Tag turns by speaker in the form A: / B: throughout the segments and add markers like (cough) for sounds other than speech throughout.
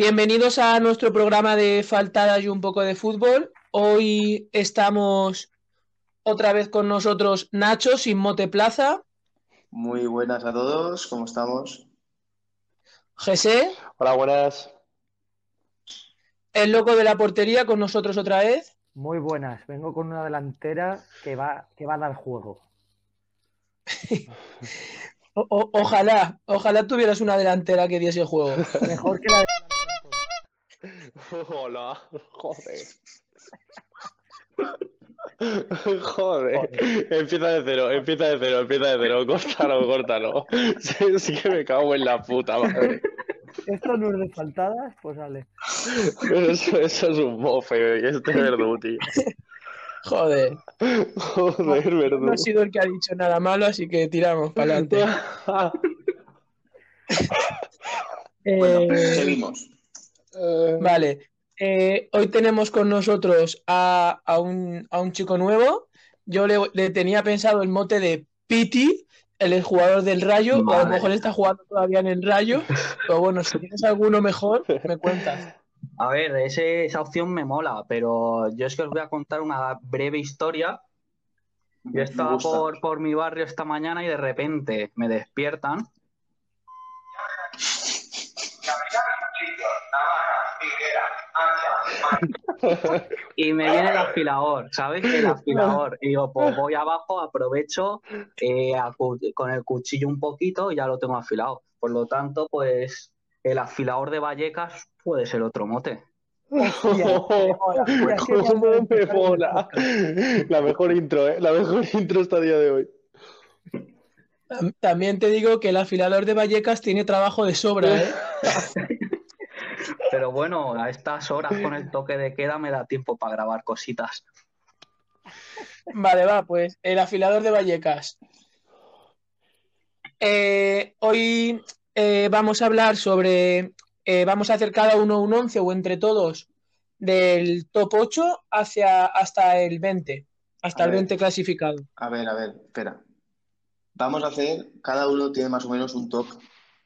A: Bienvenidos a nuestro programa de Faltada y un poco de fútbol. Hoy estamos otra vez con nosotros Nacho sin Mote Plaza,
B: Muy buenas a todos, ¿cómo estamos?
A: José,
C: Hola, buenas.
A: el loco de la portería con nosotros otra vez
D: Muy buenas, vengo con una delantera que va, que va a dar juego.
A: O- o- ojalá, ojalá tuvieras una delantera que diese juego.
D: Mejor que la de
C: (laughs) Hola, joder. (laughs) Joder, empieza de cero, empieza de cero, empieza de cero, córtalo, córtalo. (laughs) Sí, sí que me cago en la puta madre.
D: esto no es de faltadas, pues vale.
C: Pero eso, eso es un mofe, que este verdu, tío.
A: Joder,
C: Joder,
A: no
C: verdu.
B: pues,
A: ha sido el que ha dicho nada malo, así que tiramos para adelante.
B: Bueno,
A: Eh,
B: seguimos.
A: Vale, eh, hoy tenemos con nosotros a, a un, a un chico nuevo. Yo le, le tenía pensado el mote de Piti, el jugador del Rayo, o a lo
B: Madre.
A: mejor está jugando todavía en el Rayo, pero bueno, si tienes alguno mejor, me cuentas.
E: A ver, ese- esa opción me mola, pero yo es que os voy a contar una breve historia. Yo
B: Me
E: estaba
B: gusta.
E: por, por mi barrio esta mañana y de repente me despiertan. Y me viene el afilador, ¿sabes? El afilador. Y digo, pues voy abajo, aprovecho eh, a cu- con el cuchillo un poquito y ya lo tengo afilado. Por lo tanto, pues el afilador de Vallecas puede ser otro mote.
C: (laughs)
D: Mira, es que ya
C: Pues, ¿Cómo
D: hemos
C: me
D: empezado el
C: mola?
D: podcast.
C: La mejor intro, ¿eh? La mejor (laughs) intro hasta día de hoy.
A: Tam- También te digo que el afilador de Vallecas tiene trabajo de sobra, ¿eh?
E: Pero bueno, a estas horas con el toque de queda me da tiempo para grabar cositas.
A: Vale, va, pues el afilador de Vallecas. Eh, hoy eh, vamos a hablar sobre, eh, vamos a hacer cada uno un 11 o entre todos del top 8 hacia, hasta el 20, hasta
B: A
A: el
B: ver.
A: 20 clasificado.
B: A ver, a ver, espera. Vamos a hacer, cada uno tiene más o menos un top,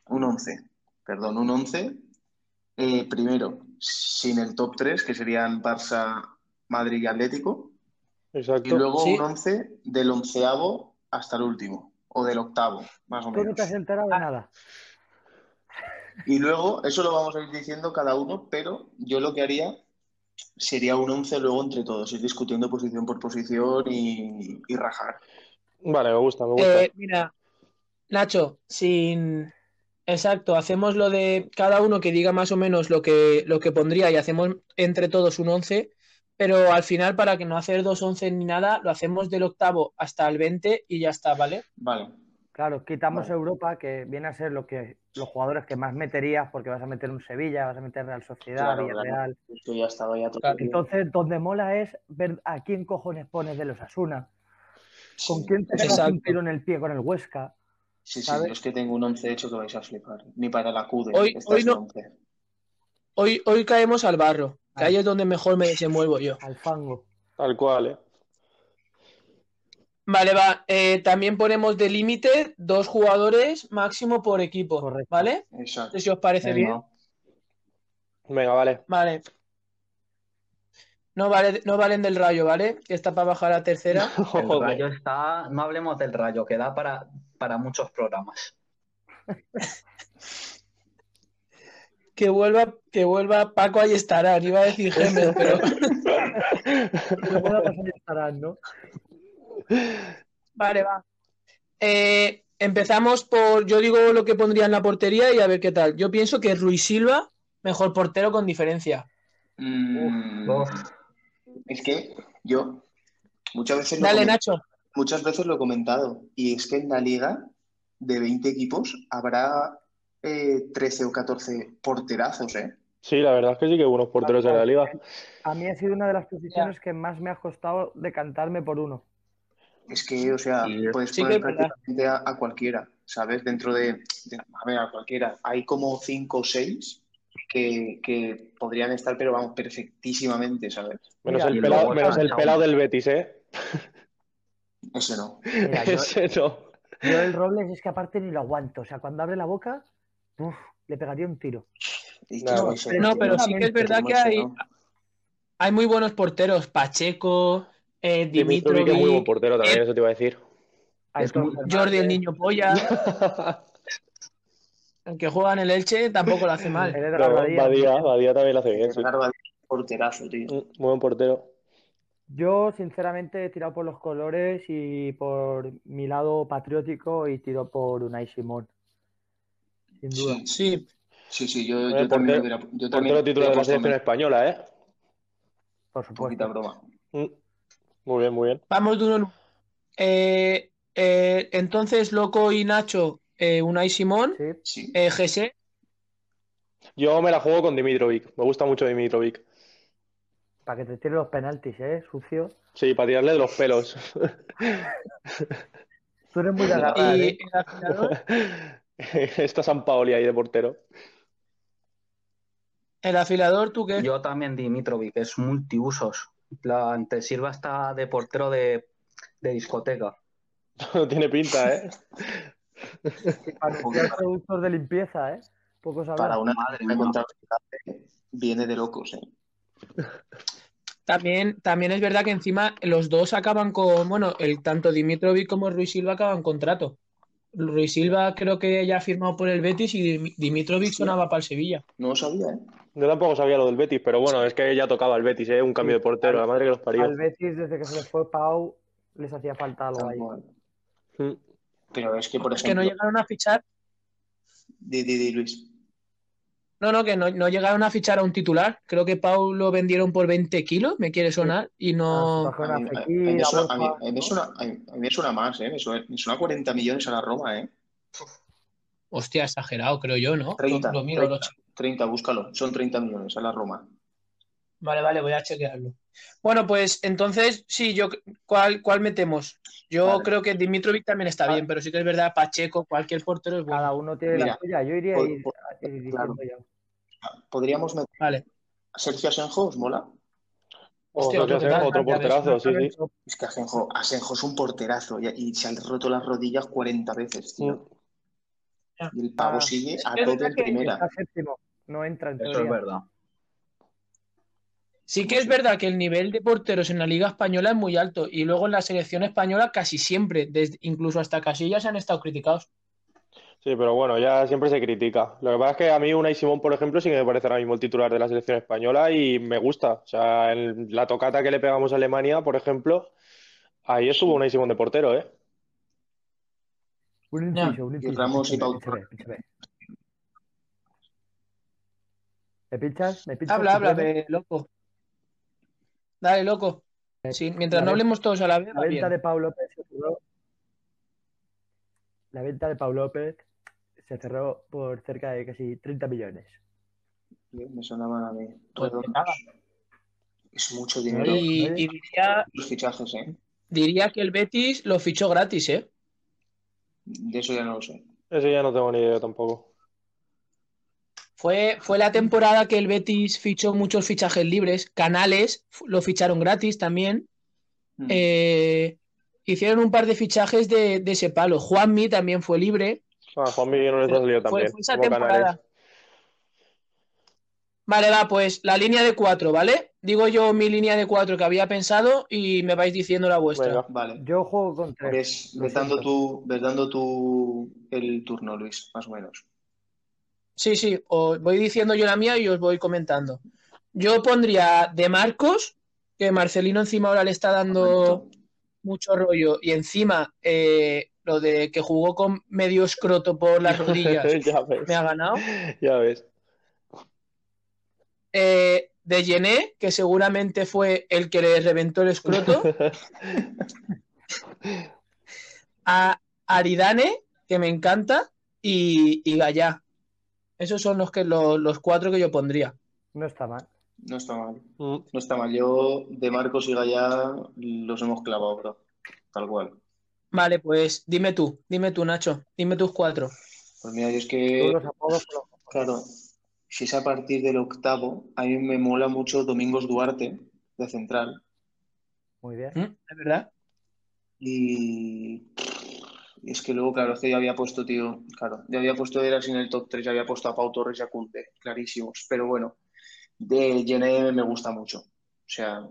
B: un 11, perdón, un 11. Eh, primero, sin el top 3, que serían Barça, Madrid y Atlético. Y
C: Exacto.
B: luego
A: Sí.
B: un 11 del onceavo hasta el último, o del octavo, más o
D: Tú no
B: menos.
D: te has enterado
B: Ah.
D: de nada.
B: Y luego, eso lo vamos a ir diciendo cada uno, pero yo lo que haría sería un 11 luego entre todos, ir discutiendo posición por posición y, y rajar.
C: Vale, me gusta, me gusta.
A: Eh, mira, Nacho, sin... Exacto, hacemos lo de cada uno que diga más o menos lo que, lo que pondría y hacemos entre todos un 11, pero al final para que no hacer dos 11 ni nada, lo hacemos del octavo hasta el 20 y ya está, ¿vale?
B: Vale,
D: Claro, quitamos
B: Vale.
D: Europa, que viene a ser lo que los jugadores que más meterías, porque vas a meter un Sevilla, vas a meter Real Sociedad,
B: Claro,
D: Villarreal.
B: esto ya estaba ya todo.
A: Claro,
D: Entonces, donde mola es ver a quién cojones pones de los Asuna, con quién te pegas
A: Exacto.
D: un tiro en el pie con el Huesca.
B: Sí, sí,
D: ¿sabes?
B: yo es que tengo un 11 hecho que vais a flipar. Ni para la CUDE.
A: Hoy-
B: estás
A: hoy no-
B: en 11.
A: Hoy, hoy caemos al barro, que ahí es donde mejor me desenvuelvo yo.
D: Al fango.
C: Tal cual, ¿eh?
A: Vale, va, eh, también ponemos de límite dos jugadores máximo por equipo,
D: Correcto.
A: ¿vale? No
B: Exacto.
A: sé si os parece bien.
E: Venga.
C: Venga,
A: (laughs)
C: vale.
A: Vale. No, vale, no valen del rayo, ¿vale? Que está para bajar a
C: (laughs)
A: tercera.
E: El
C: Joder.
E: rayo está, no hablemos del rayo, que da para, para muchos programas.
A: Que vuelva, que vuelva Paco ahí estará. Iba a decir Gémez,
C: (laughs)
A: pero.
D: Pero bueno, pues ahí estarán, ¿no?
A: Vale, va. Eh, empezamos por. Yo digo lo que pondría en la portería y a ver qué tal. Yo pienso que Ruiz Silva, mejor portero con diferencia.
B: Mm,
E: Uf.
B: Es que yo muchas veces, lo
A: Dale,
B: comen-
A: Nacho.
B: muchas veces lo he comentado. Y es que en la liga de 20 equipos habrá eh, 13 o 14 porterazos, ¿eh?
C: Sí, la verdad es que sí que hay buenos porteros en la liga.
D: A mí ha sido una de las posiciones que más me ha costado decantarme por uno.
B: Es que, o sea,
E: Sí, es-
B: puedes
A: sí que
B: poner
A: es verdad.
B: prácticamente a, a cualquiera, ¿sabes? Dentro de, de- a ver, a cualquiera. Hay como cinco o seis que, que podrían estar, pero vamos, perfectísimamente, ¿sabes?
C: Menos
D: Mira,
C: el
E: y
C: pelado,
E: luego
C: menos el
E: está-
C: pelado del Betis, ¿eh?
B: Ese no.
C: (laughs)
D: Mira, yo,
C: Ese no.
D: yo el Robles es que aparte ni lo aguanto. O sea, cuando abre la boca, uf, le pegaría un tiro.
B: Es que
C: Nada,
B: estoy
C: no,
B: seguro
A: no, pero
B: no.
A: sí que es verdad que
B: Macho,
A: hay,
B: no.
A: hay muy buenos porteros. Pacheco, eh,
C: Dimitrovic es muy buen
A: Dimitrovic,
C: portero también, eso te iba a decir.
E: Es
D: Aitor
E: muy-
D: Fernández.
A: Jordi el niño polla. El que juega en el Elche tampoco lo hace mal.
D: Heredero
C: No,
D: Abadía.
C: Badía, Badía también lo hace bien, sí.
B: Bernardo Badía es porterazo, tío.
C: Mm, Muy buen portero.
D: Yo, sinceramente, he tirado por los colores y por mi lado patriótico y tiro por Unai Simón. Sin duda.
B: Sí,
A: Sí,
B: sí, sí, yo,
C: Bueno,
B: yo también
C: portero-
B: hubiera- yo también
C: Portero titular de la
B: hubiera puesto
C: selección española, ¿eh?
D: Por
B: un poquito a broma.
D: supuesto.
C: Mm, Muy bien, muy bien.
A: vamos de uno en uno. Eh, eh, entonces, Loco y Nacho, eh, Unai Simón,
D: Sí.
B: Sí.
A: eh, Jesse,
C: Yo me la juego con Dimitrovic. Me gusta mucho Dimitrovic.
D: Para que te tire los penaltis, ¿eh? Sucio.
C: Sí, para tirarle de los pelos. (laughs)
D: Tú eres muy de
B: Y-
D: agarrar,
A: y
D: ¿eh?
A: el afilador,
C: Está San Paoli ahí de portero. (laughs)
A: el afilador, ¿tú qué?
E: Yo también Dimitrovic, es multiusos. En plan, te sirve hasta de portero de, de discoteca.
C: No tiene pinta, eh. ¿é?
D: Para anunciar productos de limpieza, ¿eh? Poco sabemos.
B: Para una
E: Madre
B: me
E: mía.
B: contaron que viene de locos, ¿eh?
A: También, también es verdad que encima los dos acaban con, bueno, el tanto Dimitrovic como Ruiz Silva acaban contrato. Ruiz Silva creo que ya ha firmado por el Betis y Dim- Dimitrovic sonaba para el Sevilla.
B: No lo sabía, ¿eh?
C: Yo tampoco sabía lo del Betis, pero bueno, es que ya tocaba el Betis, ¿eh? Un cambio de portero, la madre que los parió.
D: Al Betis, desde que se les fue Pau, les hacía falta algo ahí.
C: Mm.
B: Pero es que, por
A: Es que no
B: ejemplo,
A: llegaron a fichar,
B: di, di, di, Luis.
A: no, no, que no, no llegaron a fichar a un titular. Creo que Pau lo vendieron por 20 kilos, me quiere sonar, y
D: Ah,
A: no.
D: se trajeron
B: A mí,
D: a
B: a- a
D: Fekir,
B: mí me
D: a
B: suena,
D: Borja,
B: a mí- a mí me
D: ¿no?
B: suena- a mí- a mí me suena más, ¿eh? Me suena, me suena 40 millones a la Roma, ¿eh?
A: Hostia, exagerado, creo yo, ¿no? Lo-
B: 30,
A: Lo, miro, lo
B: 30, 30, búscalo. Son 30 millones a la Roma.
A: Vale, vale, voy a chequearlo. Bueno, pues entonces, sí, yo ¿cuál, cuál metemos? Yo
B: Vale.
A: creo que Dimitrovic también está
B: Ah.
A: bien, pero sí que es verdad, Pacheco, cualquier portero es bueno.
D: Cada uno tiene
B: Mira,
D: la suya. Yo iría
B: por-
D: ir-
B: por-
D: ir
B: claro.
D: diciendo ya.
B: Podríamos meter
A: Vale.
B: a Sergio Asenjo, ¿os mola?
C: O
A: Hostia,
C: Sergio
A: otro que
C: Asenjo,
A: tal,
C: otro
A: ya ves,
C: porterazo, sí, sí.
B: Es que Asenjo, Asenjo es un porterazo y, y se han roto las rodillas 40 veces, tío.
C: Mm.
B: Y el pavo
D: Ah.
B: sigue a
A: Es
B: tope
A: verdad
B: en
A: que-
B: primera.
D: Está séptimo. No entra en
E: Eso es
D: teoría.
E: verdad.
A: Sí que es verdad que el nivel de porteros en la Liga Española es muy alto y luego en la selección española casi siempre, desde, incluso hasta Casillas han estado criticados.
C: Sí, pero bueno, ya siempre se critica. Lo que pasa es que a mí Unai Simón, por ejemplo, sí que me parece ahora mismo el titular de la selección española y me gusta. O sea, en la tocata que le pegamos a Alemania, por ejemplo, ahí estuvo Unai Simón de portero, ¿eh?
D: Un
A: Ya.
D: inciso, un inciso.
B: Ramos y Pau.
D: Píchame, píchame, píchame. ¿Me pinchas? ¿Me pinchas?
A: Habla, habla,
D: ¿Me
A: ve, loco. Dale, loco. Sí, mientras
D: la
A: no
D: ven-
A: hablemos todos a la vez,
D: Eh, La
A: va
D: venta
A: bien.
D: de Pau López se cerró. La venta de Pau López se cerró por cerca de casi 30 millones.
B: Me sonaban a mí.
A: Pues
B: Redondos.
A: nada.
B: Es mucho
A: Y,
B: dinero
A: y diría,
B: los fichajes, ¿eh?
A: diría que el Betis lo fichó gratis, ¿eh?
B: De eso ya no lo sé.
C: Eso ya no tengo ni idea tampoco.
A: Fue, fue la temporada que el Betis fichó muchos fichajes libres. Canales f- lo ficharon gratis también.
B: Mm.
A: Eh, hicieron un par de fichajes de, de ese palo. Juanmi también fue libre.
C: Ah, Juan Miguel no les ha
A: Pero
C: salido tan
A: fue,
C: bien,
A: fue esa
C: como Canales.
A: temporada. Vale, va, pues la línea de cuatro, ¿vale? Digo yo mi línea de cuatro que había pensado y me vais diciendo la vuestra.
C: Venga.
B: Vale.
D: Yo juego con
A: eh,
D: tres.
B: Ves,
D: lo
B: ves dando,
D: siento.
B: tu, ves dando tu el turno, Luis, más o menos.
A: Sí, sí, os voy diciendo yo la mía y os voy comentando. Yo pondría de Marcos, que Marcelino encima ahora le está dando
B: Correcto.
A: mucho rollo. Y encima eh, lo de que jugó con medio escroto por las
C: (laughs)
A: rodillas
C: (laughs) Ya ves.
A: me ha ganado.
C: Ya ves.
A: Eh, de Gené, que seguramente fue el que le reventó el escroto. A Aridane, que me encanta. Y, y Gallá. Esos son los, que, lo- los cuatro que yo pondría.
D: No está mal.
B: No está mal.
C: Mm.
B: No está mal. Yo, de Marcos y Gallá, los hemos clavado, bro. Tal cual.
A: Vale, pues dime tú, dime tú, Nacho, dime tus cuatro.
B: Pues mira, yo es
D: Tú
B: que,
D: los apodos con los-
B: claro, si es a partir del octavo, a mí me mola mucho Domingos Duarte, de Central.
D: Muy bien.
A: ¿Mm? ¿Es verdad?
B: Y Y es que luego, claro, es que yo había puesto, tío, claro, yo había puesto Eras en el top 3, yo había puesto a Pau Torres y a Kunde, clarísimos. Pero bueno, de Gené me gusta mucho. O sea,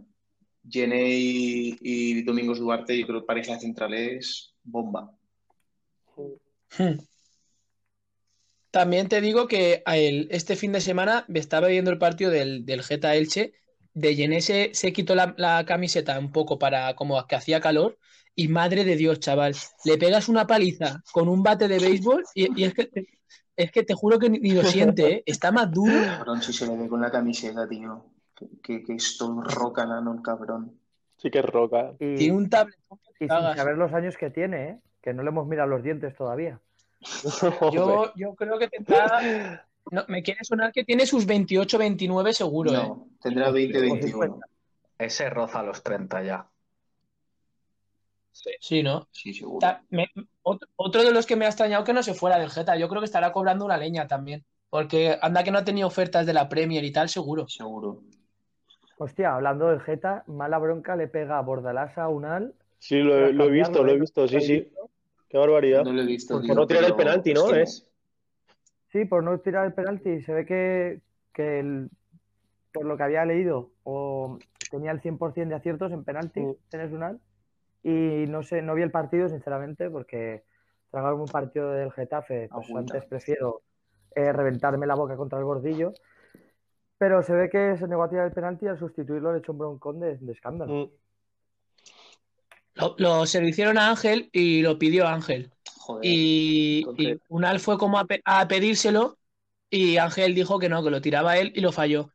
B: Gené y, y Domingos Duarte, yo creo que pareja central es bomba.
A: Hmm. También te digo que a él, este fin de semana me estaba viendo el partido del, del Geta Elche. De Gené se, se quitó la, la camiseta un poco para como que hacía calor. Y madre de Dios, chaval, le pegas una paliza con un bate de béisbol y, y es, que te, es que te juro que ni, ni lo siente, ¿eh? está más duro.
B: Cabrón, si se le ve con la camiseta, tío. Que, que, que es todo roca, nano, el cabrón.
C: (laughs) Sí que es roca.
D: Y,
A: Tiene un tabletón que te
D: y sin
A: cagas.
D: saber los años que tiene, ¿eh? que no le hemos mirado los dientes todavía.
A: Yo, yo creo que tendrá. no, me quiere sonar que tiene sus 28, 29 seguro, ¿eh?
B: No, tendrá 20,
D: Como
B: 21.
D: 50.
E: Ese roza los 30 ya.
A: Sí, ¿no?
B: Sí, seguro.
A: Ta- me- ot- otro de los que me ha extrañado que no se fuera del Geta. Yo creo que estará cobrando una leña también. Porque anda que no ha tenido ofertas de la Premier y tal, seguro.
B: Seguro.
D: Hostia, hablando del Geta, mala bronca le pega a Bordalás a Unal.
C: Sí, lo, he-
D: Para
C: lo he visto,
D: cambiarlo,
C: lo he
D: ¿eh?
C: visto, sí,
D: Lo he
C: sí. Qué barbaridad.
B: No lo he visto,
D: Por
B: tío.
C: Por no tirar el
B: pero
C: penalti, ¿no?
B: es
C: ¿Es?
D: Sí, por no tirar el penalti. Se ve que, que el- por lo que había leído, o tenía el 100% de aciertos en penalti,
C: Sí.
D: Enes Unal. Y no sé, no vi el partido, sinceramente, porque tragarme un partido del Getafe, pues
B: Agüita.
D: antes prefiero eh, reventarme la boca contra el bordillo. Pero se ve que se negó a tirar el penalti y al sustituirlo le echó un broncón de, de escándalo.
C: Mm.
A: Lo, lo- se lo hicieron a Ángel y lo pidió Ángel.
B: que no. Joder.
A: Y,
B: Entonces-
A: y Unal fue como a, pe- a pedírselo y Ángel dijo que no, que lo tiraba él y lo falló.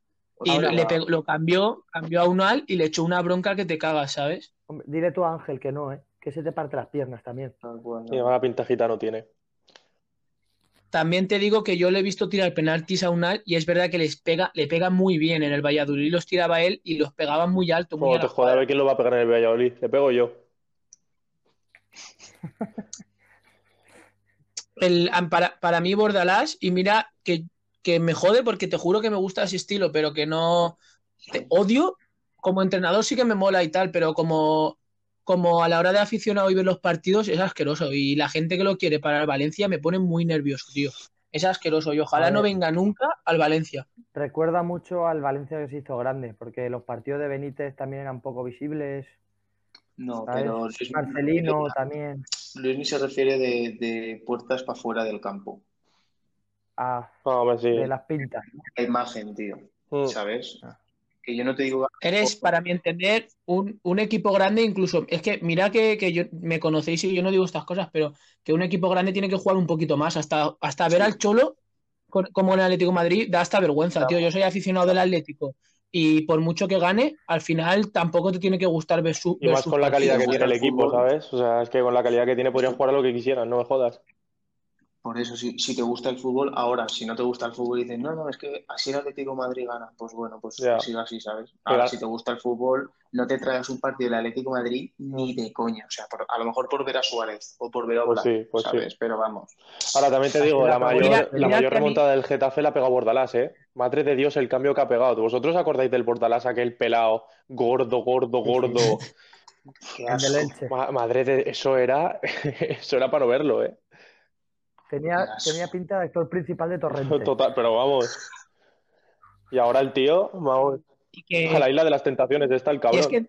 A: Y
B: Ahora
A: le
B: va.
A: pegó- lo cambió, cambió a Unal y le echó una bronca que te cagas, ¿sabes?
D: Hombre, dile tú a Ángel que no, ¿eh? que se te parte las piernas también.
B: Tal cual,
C: Sí,
B: ¿no?
C: mala pintajita no tiene.
B: Pues
A: También te digo que yo le he visto tirar penaltis a Unal y es verdad que les pega, le pega muy bien en el Valladolid. Los tiraba él y los pegaba muy alto, muy
C: Como
A: a
C: te
A: la
C: jodas, a
A: cuadra.
C: ver quién lo va a pegar en el Valladolid. Le pego yo.
A: El- am- para, para mí Bordalás y mira que, que me jode porque te juro que me gusta ese estilo, pero que no te odio. Como entrenador sí que me mola y tal, pero como, como a la hora de aficionado y ver los partidos es asqueroso y la gente que lo quiere para el Valencia me pone muy nervioso, tío. Es asqueroso y
D: A
A: ojalá no
D: ver.
A: venga nunca al Valencia.
D: Recuerda mucho al Valencia que se hizo grande, porque los partidos de Benítez también eran poco visibles.
B: No,
D: ¿sabes?
B: pero Luis,
D: Marcelino también.
B: Luis ni se refiere de, de puertas para fuera del campo.
D: Ah,
C: Ah, hombre, sí.
D: de las pintas.
B: La imagen, tío.
C: Mm.
B: ¿Sabes?
D: Ah.
B: Que yo no te digo.
A: Eres, para mi entender, un, un equipo grande, incluso. Es que mira que, que yo me conocéis y yo no digo estas cosas, pero que un equipo grande tiene que jugar un poquito más. Hasta, hasta ver
B: Sí.
A: al Cholo con- como en Atlético de Madrid da hasta vergüenza, tío. Yo soy aficionado del Atlético y por mucho que gane, al final tampoco te tiene que gustar ver su.
C: Y
A: ver
C: más
A: sus
C: con la calidad que
A: partidos.
C: tiene el
B: Jugar al
C: equipo,
B: fútbol.
C: ¿sabes? O sea, es que con la calidad que tiene podrían jugar a lo que quisieran, no me jodas.
B: Por eso, si, si te gusta el fútbol, ahora, si no te gusta el fútbol, dices, no, no, es que así el Atlético de Madrid gana. Pues bueno, pues
C: Ya.
B: que siga así, ¿sabes? Ahora,
C: Pero-
B: si te gusta el fútbol, no te traigas un partido del Atlético de Madrid ni de coña. O sea, por- a lo mejor por ver a Suárez o por ver a
C: Pues
B: Oblak,
C: sí, pues sí.
B: ¿sabes? Pero vamos,
C: Ahora también te digo,
D: la
C: la
D: acabo.
C: mayor,
A: Mira-
C: la
A: mira
C: mayor
A: que a mí-
C: remontada del Getafe la ha pegado Bordalás, ¿eh? Madre de Dios, el cambio que ha pegado. ¿Vosotros acordáis del Bordalás, aquel pelado, gordo, gordo,
D: Sí, sí.
C: gordo?
B: qué
D: El del
B: asco.
D: Elche.
C: Ma- madre de... Eso era... (laughs) Eso era para no verlo, ¿eh?
D: Tenía,
B: Asco.
D: tenía pinta de actor principal de Torrente.
C: Total, pero vamos. Y ahora el tío, vamos,
A: Y que-
C: a la isla de las tentaciones está el
A: Eh, y
C: cabrón.
A: es que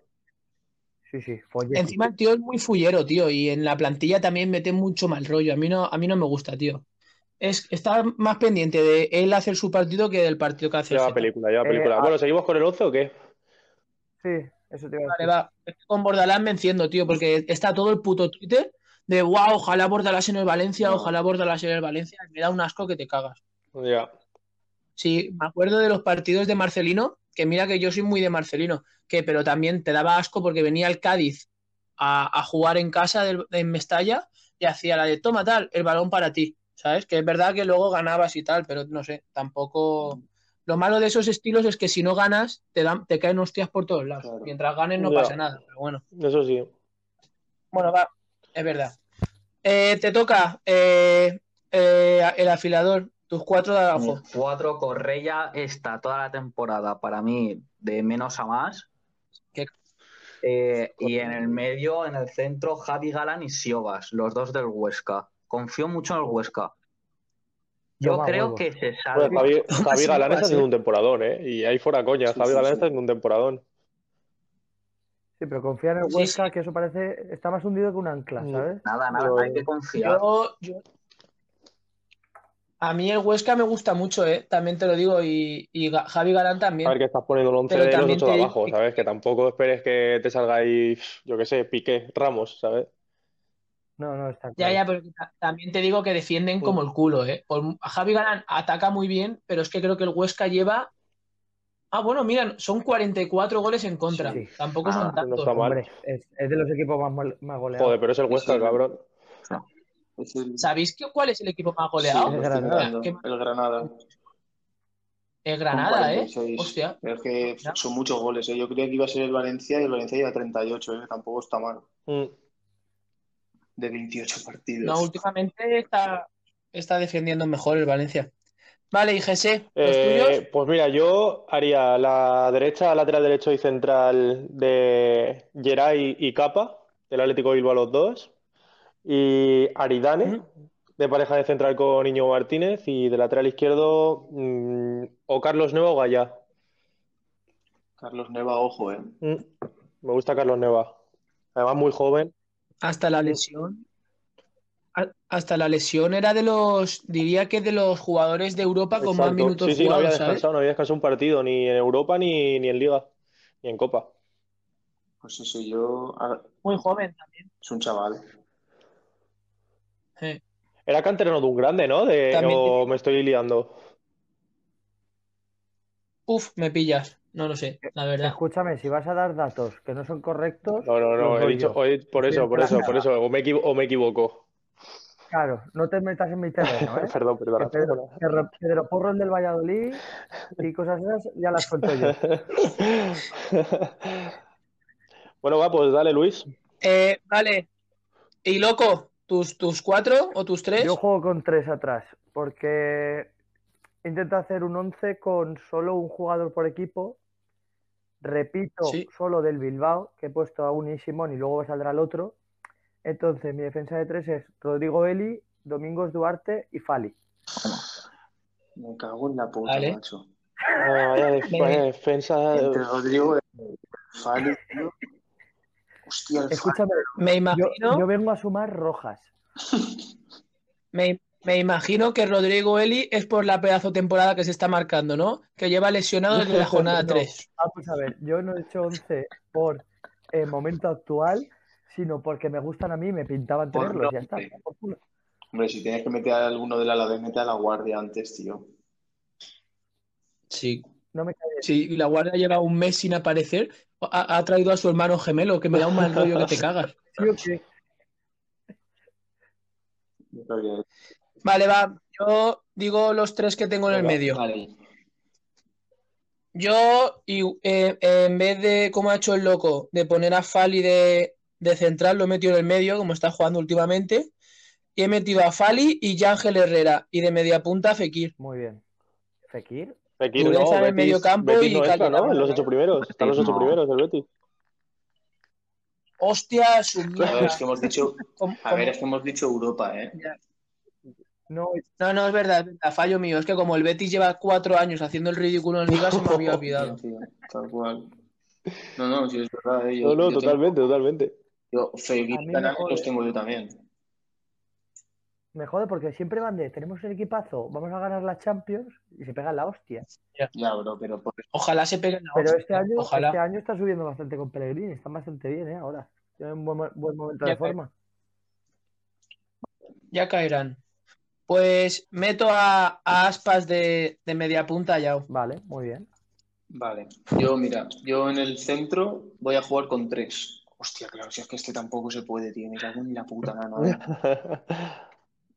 D: Sí, sí, follé.
A: encima el tío es muy fullero, tío. Y en la plantilla también mete mucho mal rollo. A mí no, a mí no me gusta, tío. Es, está más pendiente de él hacer su partido que del partido que hace el
C: Lleva
A: Getafe.
C: película, lleva
D: Eh,
C: película.
D: ah.
C: Bueno, ¿seguimos con el 11 o qué?
D: Sí, eso te iba a
A: Vale,
D: decir.
A: va. Es que Con Bordalás me enciendo, tío, porque está todo el puto Twitter de wow, ojalá Bordalás en el Valencia,
B: No.
A: ojalá Bordalás en el Valencia. Me da un asco que te cagas.
C: Ya.
A: Sí, me acuerdo de los partidos de Marcelino, que mira que yo soy muy de Marcelino, que pero también te daba asco porque venía el Cádiz a, a jugar en casa del, en Mestalla y hacía la de toma tal, el balón para ti, ¿sabes? Que es verdad que luego ganabas y tal, pero no sé, tampoco... Lo malo de esos estilos es que si no ganas, te dan, te caen hostias por todos lados.
B: Claro.
A: Mientras ganes no
C: Ya.
A: pasa nada, pero bueno.
C: Eso sí.
A: Bueno, va, es verdad. Eh, te toca eh, eh, el afilador, tus cuatro de abajo.
E: Cuatro Correia está toda la temporada para mí de menos a más.
A: Qué-
E: Eh, y en el medio, en el centro, Javi Galán y Siobas, los dos del Huesca. Confío mucho en el Huesca. Yo
D: Toma
E: creo
D: huevo.
E: que se salve.
C: Bueno, Javi, Javi
A: Sí,
C: Galán
A: pasa.
C: está haciendo un temporadón, ¿eh? Y ahí fuera coña,
B: Sí,
C: Javi
B: sí,
C: Galán
B: sí.
C: está haciendo un temporadón.
D: Sí, pero confía en el
A: Sí,
D: Huesca,
A: sí.
D: que eso parece. Está más hundido que un ancla,
C: Mm.
D: ¿sabes?
E: Nada, nada,
C: Pero-
E: hay que confiar.
A: Yo, yo- A mí el Huesca me gusta mucho, ¿eh? También te lo digo, y, y Ga- Javi Galán
C: A ver
A: también.
C: que estás poniendo el 11
A: Pero
C: de los
A: también
C: 8 de
A: te digo
C: abajo,
A: que-
C: ¿sabes? Que tampoco esperes que te salga ahí, yo qué sé, Piqué, Ramos, ¿sabes?
D: No, no, está
A: Ya,
D: claro.
A: ya, pero ta- también te digo que defienden
C: Mm.
A: como el culo, ¿eh? Por- Javi Galán ataca muy bien, pero es que creo que el Huesca lleva... Ah, bueno, miran, son 44 goles en contra.
D: Sí.
A: Tampoco son
B: Nada.
C: No
A: tantos.
C: está mal.
D: Hombre, es, es de los equipos más, mol- más goleados.
C: Joder, pero es el Huesca,
B: Sí.
C: cabrón.
B: Es el,
A: ¿Sabéis qué, cuál es el equipo más
B: sí,
A: goleado? pues,
D: El
B: lo estoy
D: Granada.
B: mirando,
A: ¿Qué-
B: el Granada.
A: Es
B: Con
A: Granada, ¿eh?
B: 46.
A: Hostia.
B: Pero es que son muchos goles, ¿eh? Yo creía que iba a ser el Valencia y el Valencia lleva 38, ¿eh? Tampoco está mal.
C: Mm.
B: De 28 partidos.
A: No, últimamente está, está defendiendo mejor el Valencia. Vale, y Jesse, ¿los tuyos?
C: Eh, pues mira, yo haría la derecha, lateral derecho y central de Geray y Capa, del Atlético de Bilbao los dos, y Aridane,
A: Ujú.
C: de pareja de central con Iñigo Martínez, y de lateral izquierdo mm, o Carlos Neva o Gallá.
B: Carlos Neva, ojo, ¿eh?
C: Mm, Me gusta Carlos Neva. Además, muy joven.
A: Hasta la lesión. a- Hasta la lesión era de los, diría que de los jugadores de Europa con más
C: Exacto.
A: minutos
C: Sí, sí, no había
A: jugados, ¿sabes?
C: descansado, no había descansado un partido, ni en Europa, ni, ni en Liga, ni en Copa.
B: Pues eso, yo. ah,
A: Muy joven también.
B: Es un chaval.
A: Eh,
C: Era canterano de un grande, ¿no? De-
A: También te
C: o
A: digo-
C: me estoy liando.
A: Uf, me pillas. No lo sé, la verdad.
D: Escúchame, si vas a dar datos que no son correctos,
C: No, no,
D: los
C: no, he
D: doy
C: dicho,
D: yo.
C: oye, por
D: Estoy
C: eso, por eso, por
D: entrando.
C: eso, o me, equivo- o me equivoco.
D: Claro, no te metas en mi
C: (laughs)
D: terreno, ¿eh?
C: Perdón,
D: Que
C: perdona,
D: Pedro,
C: perdona.
D: que Ro- Pedro Porro, el del Valladolid y cosas esas, ya las suelto yo.
C: (laughs) Bueno, va, pues dale, Luis.
A: Eh, vale. Y loco, ¿tus, tus cuatro o tus tres?
D: Yo juego con tres atrás, porque intento hacer un 11 con solo un jugador por equipo. Repito,
A: Sí.
D: solo del Bilbao, que he puesto a un y Simón y luego saldrá el otro. Entonces, mi defensa de tres es Rodrigo Eli, Domingos Duarte y Fali.
B: Me cago en la puta,
A: Vale.
B: macho.
C: Ah, vaya def-
A: Venga.
C: vaya defensa. eh,
B: Entre Rodrigo y Fali, tío. Hostia, el Pues Fali.
D: Escúchame,
A: Me
D: yo,
A: imagino.
D: yo vengo a sumar rojas.
A: Me, me imagino que Rodrigo Eli es por la pedazo temporada que se está marcando, ¿no? Que lleva lesionado desde (laughs) la jornada
D: No,
A: 3.
D: vamos Ah, pues, a ver, yo no he hecho 11 por el momento actual, sino porque me gustan a mí y me pintaban
B: Por
D: tenerlos, ya está.
B: nombre. Hombre, si tienes que meter a alguno del ala B, mete a la guardia antes, tío.
A: Sí.
D: No me cae
A: Sí, y la guardia lleva un mes sin aparecer. Ha, ha traído a su hermano gemelo, que me da un mal rollo
D: (laughs)
A: que te cagas.
D: sí o qué.
B: Yo creo que-
A: Vale, va. Yo digo los tres que tengo en el
C: Venga,
A: medio.
B: Vale.
A: Yo, y, eh, en vez de, como ha hecho el loco, de poner a Fali de, de central, lo he metido en el medio, como está jugando últimamente. Y he metido a Fali y Ángel Herrera. Y de mediapunta a Fekir.
D: Muy bien. Fekir,
C: Fekir, no,
A: Dureza en el
C: Betis,
A: medio campo
C: Betis
A: y
C: no entra, ¿no?
A: Cayetano
C: En los
A: Rivera.
C: ocho primeros, están los ocho
B: No.
C: primeros el Betis.
A: Hostia, su
B: A ver,
A: mierda.
B: es que hemos dicho,
A: ¿Cómo-
B: a ver,
A: cómo?
B: es que hemos dicho Europa, ¿eh?
A: Ya.
D: no,
A: No, no, es verdad, es verdad, fallo mío. Es que como el Betis lleva cuatro años haciendo el ridículo en Liga, se me
B: (laughs)
A: había olvidado.
B: Tío, tal cual. No, no, si es verdad, ¿eh? Yo,
C: No, no,
B: yo tengo-
C: totalmente, totalmente.
A: (laughs)
B: yo Fekir
D: a
B: y
D: mí me
B: Canales
A: eh.
B: los
D: jode,
B: tengo yo también.
D: me jode porque siempre van de, tenemos el equipazo, vamos a ganar la Champions y se pegan la hostia.
B: Ya, bro, pero por
A: (laughs) Ojalá se peguen la
D: Pero
A: hostia.
D: este año, este
A: Ojalá.
D: año está subiendo bastante con Pellegrini, están bastante bien, ¿eh? Ahora, tienen un buen, mo- buen momento de
A: Ya, cae-
D: forma.
A: ya caerán. Pues meto a, a Aspas de, de media punta ya.
D: Vale, muy bien.
B: Vale, yo mira, yo en el centro voy a jugar con tres. Hostia, claro, si es que este tampoco se puede, tío, me cago en la puta mano,
C: (laughs)
B: eh.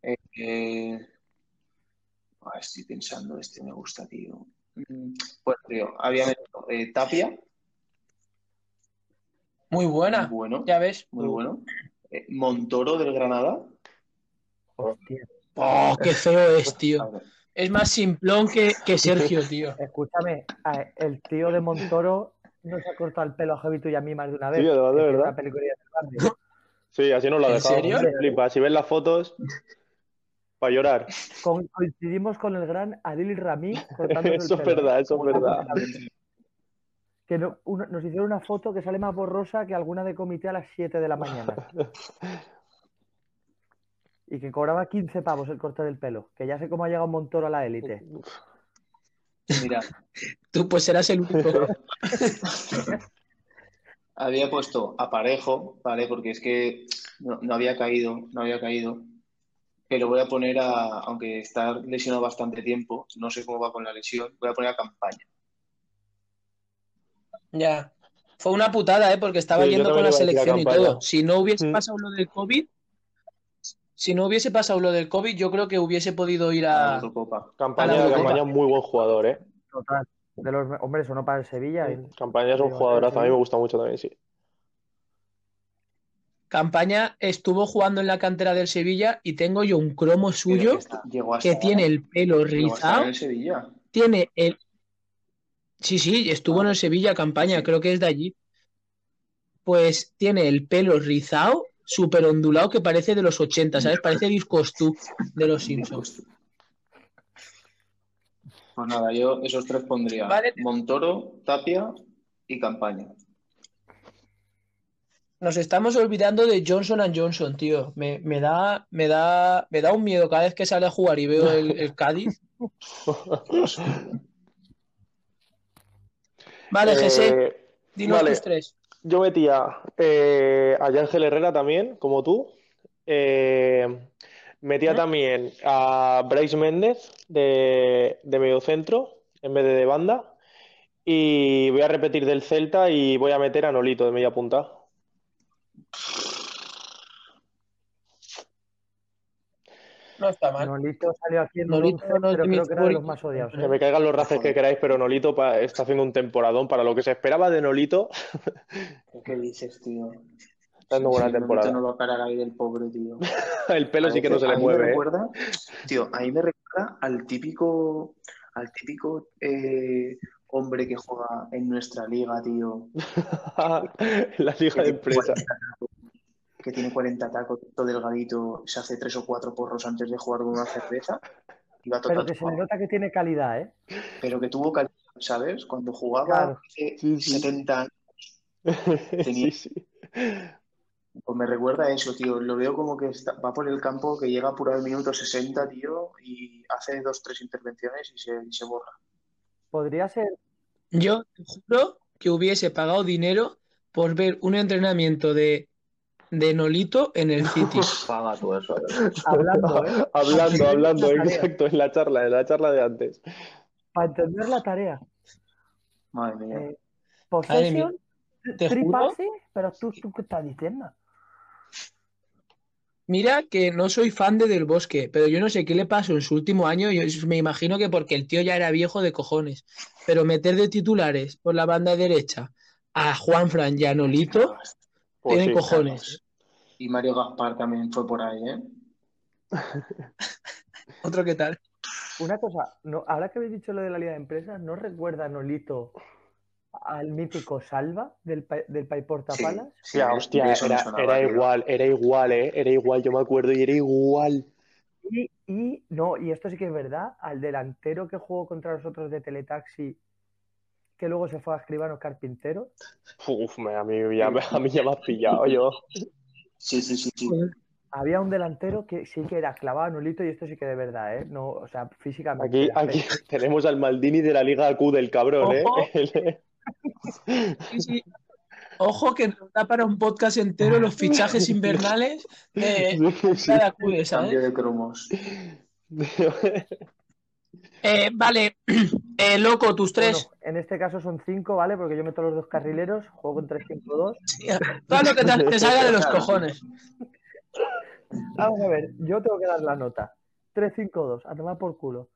B: Eh, eh, ah, estoy pensando, este me gusta, tío. Mm, Pues, tío, había metido eh, Tapia,
A: Muy
B: muy
A: buena,
B: bueno,
A: ya ves.
B: muy bueno. Eh, Montoro del Granada.
D: Hostia,
A: Oh, qué feo es,
B: A
A: tío.
B: ver,
A: Es más simplón que, que Sergio, tío.
D: escúchame, a- el tío de Montoro nos ha cortado el pelo a Javito y a mí más de una vez.
C: Tío, de verdad, de
D: en
C: verdad.
D: la peluquería del barrio.
C: Sí, así nos lo ha
A: ¿En
C: dejado.
A: serio?
C: Flipa, si ves las fotos, para
D: (laughs)
C: llorar.
D: Con- coincidimos con el gran Adil
C: (laughs)
D: Rami cortándose el
C: Eso es
D: pelo.
C: verdad, eso es verdad.
D: Que no- uno- nos hicieron una foto que sale más borrosa que alguna de comité a las 7 de la mañana.
C: (laughs)
D: Y que cobraba 15 pavos el corte del pelo. Que ya sé cómo ha llegado Montoro a la élite.
B: Mira,
A: Tú pues serás el único.
B: había puesto aparejo, ¿vale? Porque es que no, no había caído, no había caído. Pero voy a poner a, aunque está lesionado bastante tiempo, no sé cómo va con la lesión, voy a poner a campaña.
A: ya. Fue una putada, ¿eh? Porque estaba
C: Sí, yo
A: yendo con
C: también
A: la
C: iba a decir la
A: selección y
C: campaña.
A: todo. Si no hubiese
C: Mm.
A: pasado lo del COVID, si no hubiese pasado lo del COVID, yo creo que hubiese podido ir
B: a la
A: a.
B: Eurocopa.
A: A la
C: Campaña,
A: Eurocopa.
C: Campaña es muy buen jugador, ¿eh?
D: Total. De los, hombre, eso no para el Sevilla. ¿eh?
C: Campaña es un
D: Sí,
C: jugadorazo, a mí
D: sí.
C: me gusta mucho también, sí.
A: Campaña estuvo jugando en la cantera del Sevilla y tengo yo un cromo
B: Pero
A: suyo
B: que está- llegó a
A: que
B: estar-
A: tiene el pelo
B: llegó a estar
A: rizado.
B: en el Sevilla.
A: tiene el. Sí, sí, estuvo en el Sevilla campaña, creo que es de allí. Pues tiene el pelo rizado, súper ondulado, que parece de los 80, ¿sabes? Parece discos tú de los Simpsons.
B: Pues nada, yo esos tres pondría
A: Vale.
B: Montoro, Tapia y Campaña.
A: Nos estamos olvidando de Johnson and Johnson, tío. Me, me da, me da, me da un miedo cada vez que sale a jugar y veo el, el Cádiz. Vale, José,
C: Eh,
A: dinos
C: vale.
A: tus tres.
C: Yo metía eh, a Ángel Herrera también, como tú. Eh, metía
A: Ujú.
C: también a Bryce Méndez de, de mediocentro en vez de de banda. Y voy a repetir del Celta y voy a meter a Nolito de media punta.
A: No está mal.
D: Nolito salió aquí en un
A: Nolito
D: once,
A: no es de
D: pero creo
A: mis
D: que era de los
A: favoritos.
D: más odiados. ¿eh?
C: Que me caigan los races que queráis, pero Nolito pa- está haciendo un temporadón para lo que se esperaba de Nolito.
B: ¿Qué dices, tío?
C: Está dando buena
B: Sí, Nolito
C: temporada.
B: no va a parar ahí del pobre, tío.
C: El pelo sí que no se
B: A
C: le
B: mí me
C: mueve. ¿eh?
B: recuerda, tío, a mí me recuerda al típico, al típico eh, hombre que juega en nuestra liga, tío,
C: (laughs) La liga
B: (laughs)
C: de empresa.
B: que tiene 40 tacos, todo delgadito, se hace tres o cuatro porros antes de jugar con una cerveza y va todo
D: Pero que se le nota que tiene calidad, ¿eh?
B: pero que tuvo calidad, ¿sabes? Cuando jugaba
D: Claro.
B: hace
C: Sí, sí.
B: 70 años,
C: Sí, sí.
B: pues me recuerda a eso, tío. Lo veo como que está- va por el campo, que llega apurado el minuto 60, tío, y hace dos, tres intervenciones y se, y se borra.
D: Podría ser
A: Yo te juro que hubiese pagado dinero por ver un entrenamiento de, de Nolito en el City.
E: Paga tú eso.
D: hablando,
C: (laughs)
D: ¿eh?
C: Hablando, hablando, (laughs)
D: Tarea.
C: exacto, en la charla, en la charla de antes.
D: Para entender la tarea.
B: Madre mía.
D: Eh,
A: Madre mía,
D: Possession,
A: te juro.
D: tripase, pero tú, tú qué estás diciendo.
A: Mira que no soy fan de Del Bosque, pero yo no sé qué le pasó en su último año. Yo me imagino que porque el tío ya era viejo de cojones. Pero meter de titulares por la banda derecha a Juan Fran y a Nolito
C: Pues
A: tiene
C: sí.
A: cojones.
B: Y Mario Gaspar también fue por ahí, ¿eh?
A: Otro que tal.
D: Una cosa, no, ahora que habéis dicho lo de la Liga de Empresas, ¿no recuerda Nolito al mítico Salva del, pa- del Paiporta
B: Sí,
D: Palas?
B: sí,
C: Hostia,
B: de-
C: ah, hostia,
B: de eso me
C: era,
B: sonaba,
C: era
B: tío.
C: igual, era igual, ¿eh? Era igual, yo me acuerdo y era igual.
D: Y, y- no, y esto sí que es verdad, al delantero que jugó contra nosotros de Teletaxi, que luego se fue a escribano carpintero.
C: Uf, me- a mí ya, me- a mí ya me has pillado yo.
B: Sí, sí, sí, sí.
D: Había un delantero que sí que era clavado a Nolito, y esto sí que de verdad, ¿eh? No, o sea, físicamente.
C: Aquí,
D: era
C: aquí (laughs)
D: feo.
C: tenemos al Maldini de la Liga Q del cabrón, ¿eh?
A: Ojo.
C: (laughs) El-
A: Sí, sí. Ojo que nos da para un podcast entero los fichajes invernales de
C: sí, sí. (laughs)
A: cada acude, ¿sabes?
B: Cambio de cromos.
A: Eh, vale, (clears throat) Eh, loco, tus tres.
D: Bueno, en este caso son cinco, ¿vale? Porque yo meto los dos carrileros, juego con 3-5-2.
A: Todo lo que te, te salga de los cojones.
D: Vamos a ver, yo tengo que dar la nota. 3-5-2, a tomar por culo.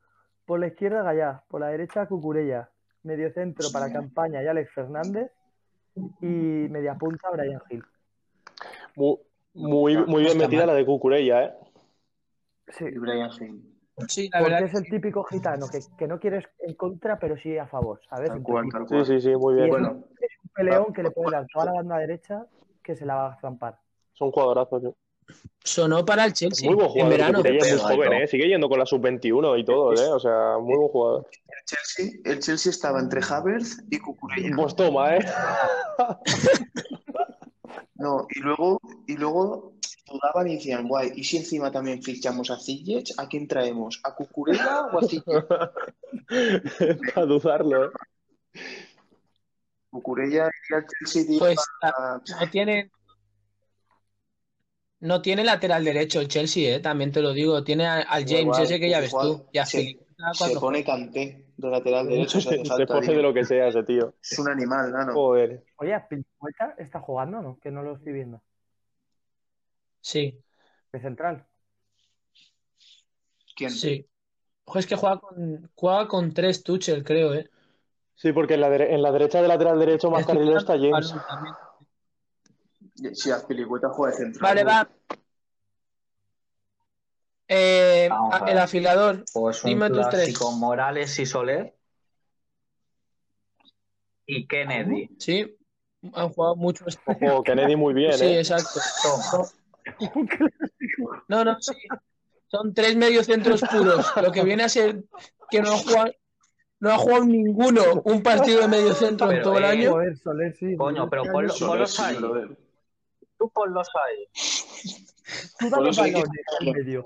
D: Por la izquierda Gallá, por la derecha Cucurella, medio centro para Campaña y Alex Fernández y media punta Brian Hill.
C: Mu- Muy, muy,
B: No
C: bien
A: está
C: metida
A: mal.
C: la de Cucurella, ¿eh?
D: Sí,
B: Y Brian Hill.
A: Sí, la verdad.
D: porque es el típico gitano que, que no quieres en contra, pero sí a favor, ¿sabes?
B: Tal
D: En tu
B: cual,
D: equipo.
B: tal
C: Sí,
B: cual.
C: sí, sí, muy
D: Y
C: bien.
D: es,
B: Bueno.
D: es peleón que le puede dar toda la banda derecha que se la va a zampar.
C: Son jugadorazos. tío.
A: Sonó para el Chelsea
C: muy buen
A: en
C: jugador.
A: verano.
C: Cucurella es muy
B: Pero,
C: joven,
B: ¿no?
C: ¿eh? Sigue yendo con la sub-21 y todo, ¿eh? O sea, muy buen jugador.
B: El Chelsea, el Chelsea estaba entre Havertz y Cucurella.
C: Pues toma, ¿eh?
B: No, y luego, y luego dudaban y decían, guay, ¿y si encima también fichamos a Ziyech? ¿A quién traemos? ¿A Cucurella o a
C: (laughs)
B: Ziyech?
C: Para dudarlo, ¿eh?
B: Cucurella iría al Chelsea y
A: Pues
B: iba a-
A: no tiene. No tiene lateral derecho el Chelsea, ¿eh? también te lo digo. Tiene a- al
C: Muy
A: James
C: mal.
A: ese que ya ves tú.
B: Igual,
A: Y a
B: se-
A: Felipe, cada
B: se
A: cuatro-
B: pone Kanté de
C: (laughs)
B: lateral derecho si hace
C: Se
B: falta.
C: pone
B: digo.
C: de lo que Oh, sea ese tío.
B: Es un animal, nano.
C: Joder.
D: Oye, Azpilicueta está jugando, ¿no? Que no lo estoy viendo.
A: Sí,
D: De central.
B: ¿Quién?
A: sí. Ojo, es que juega con, juega con tres Tuchel, creo, ¿eh?
C: Sí, porque en la, dere- en la derecha de lateral derecho más
A: Es que
C: carrilero
A: juega
C: está
A: con
C: James.
A: balón también.
B: Si Azpilicueta juega de central.
A: Vale,
B: ¿no?
A: va. Eh,
E: Vamos a ver.
A: el afilador.
E: Pues un
A: Dime tus tres.
E: clásico Morales y Soler. Y Kennedy.
A: Sí, han jugado mucho. este-
C: Ojo, Kennedy muy bien,
A: Sí,
C: ¿eh?
A: exacto.
E: Toma.
A: No, no, sí. Son tres mediocentros puros. Lo que viene a ser que no ha jugado, no ha jugado ninguno un partido de mediocentro en
E: Pero,
A: todo el
E: eh,
A: año.
D: Joder, Soler, sí.
E: Coño, pero
D: Este
E: ponlo-
D: año-
B: Soler,
E: ponlos
B: sí,
E: ahí.
B: brother.
E: Tú ponlos ahí.
B: Por
D: Tú dame
B: eso hay que-
D: balones en medio.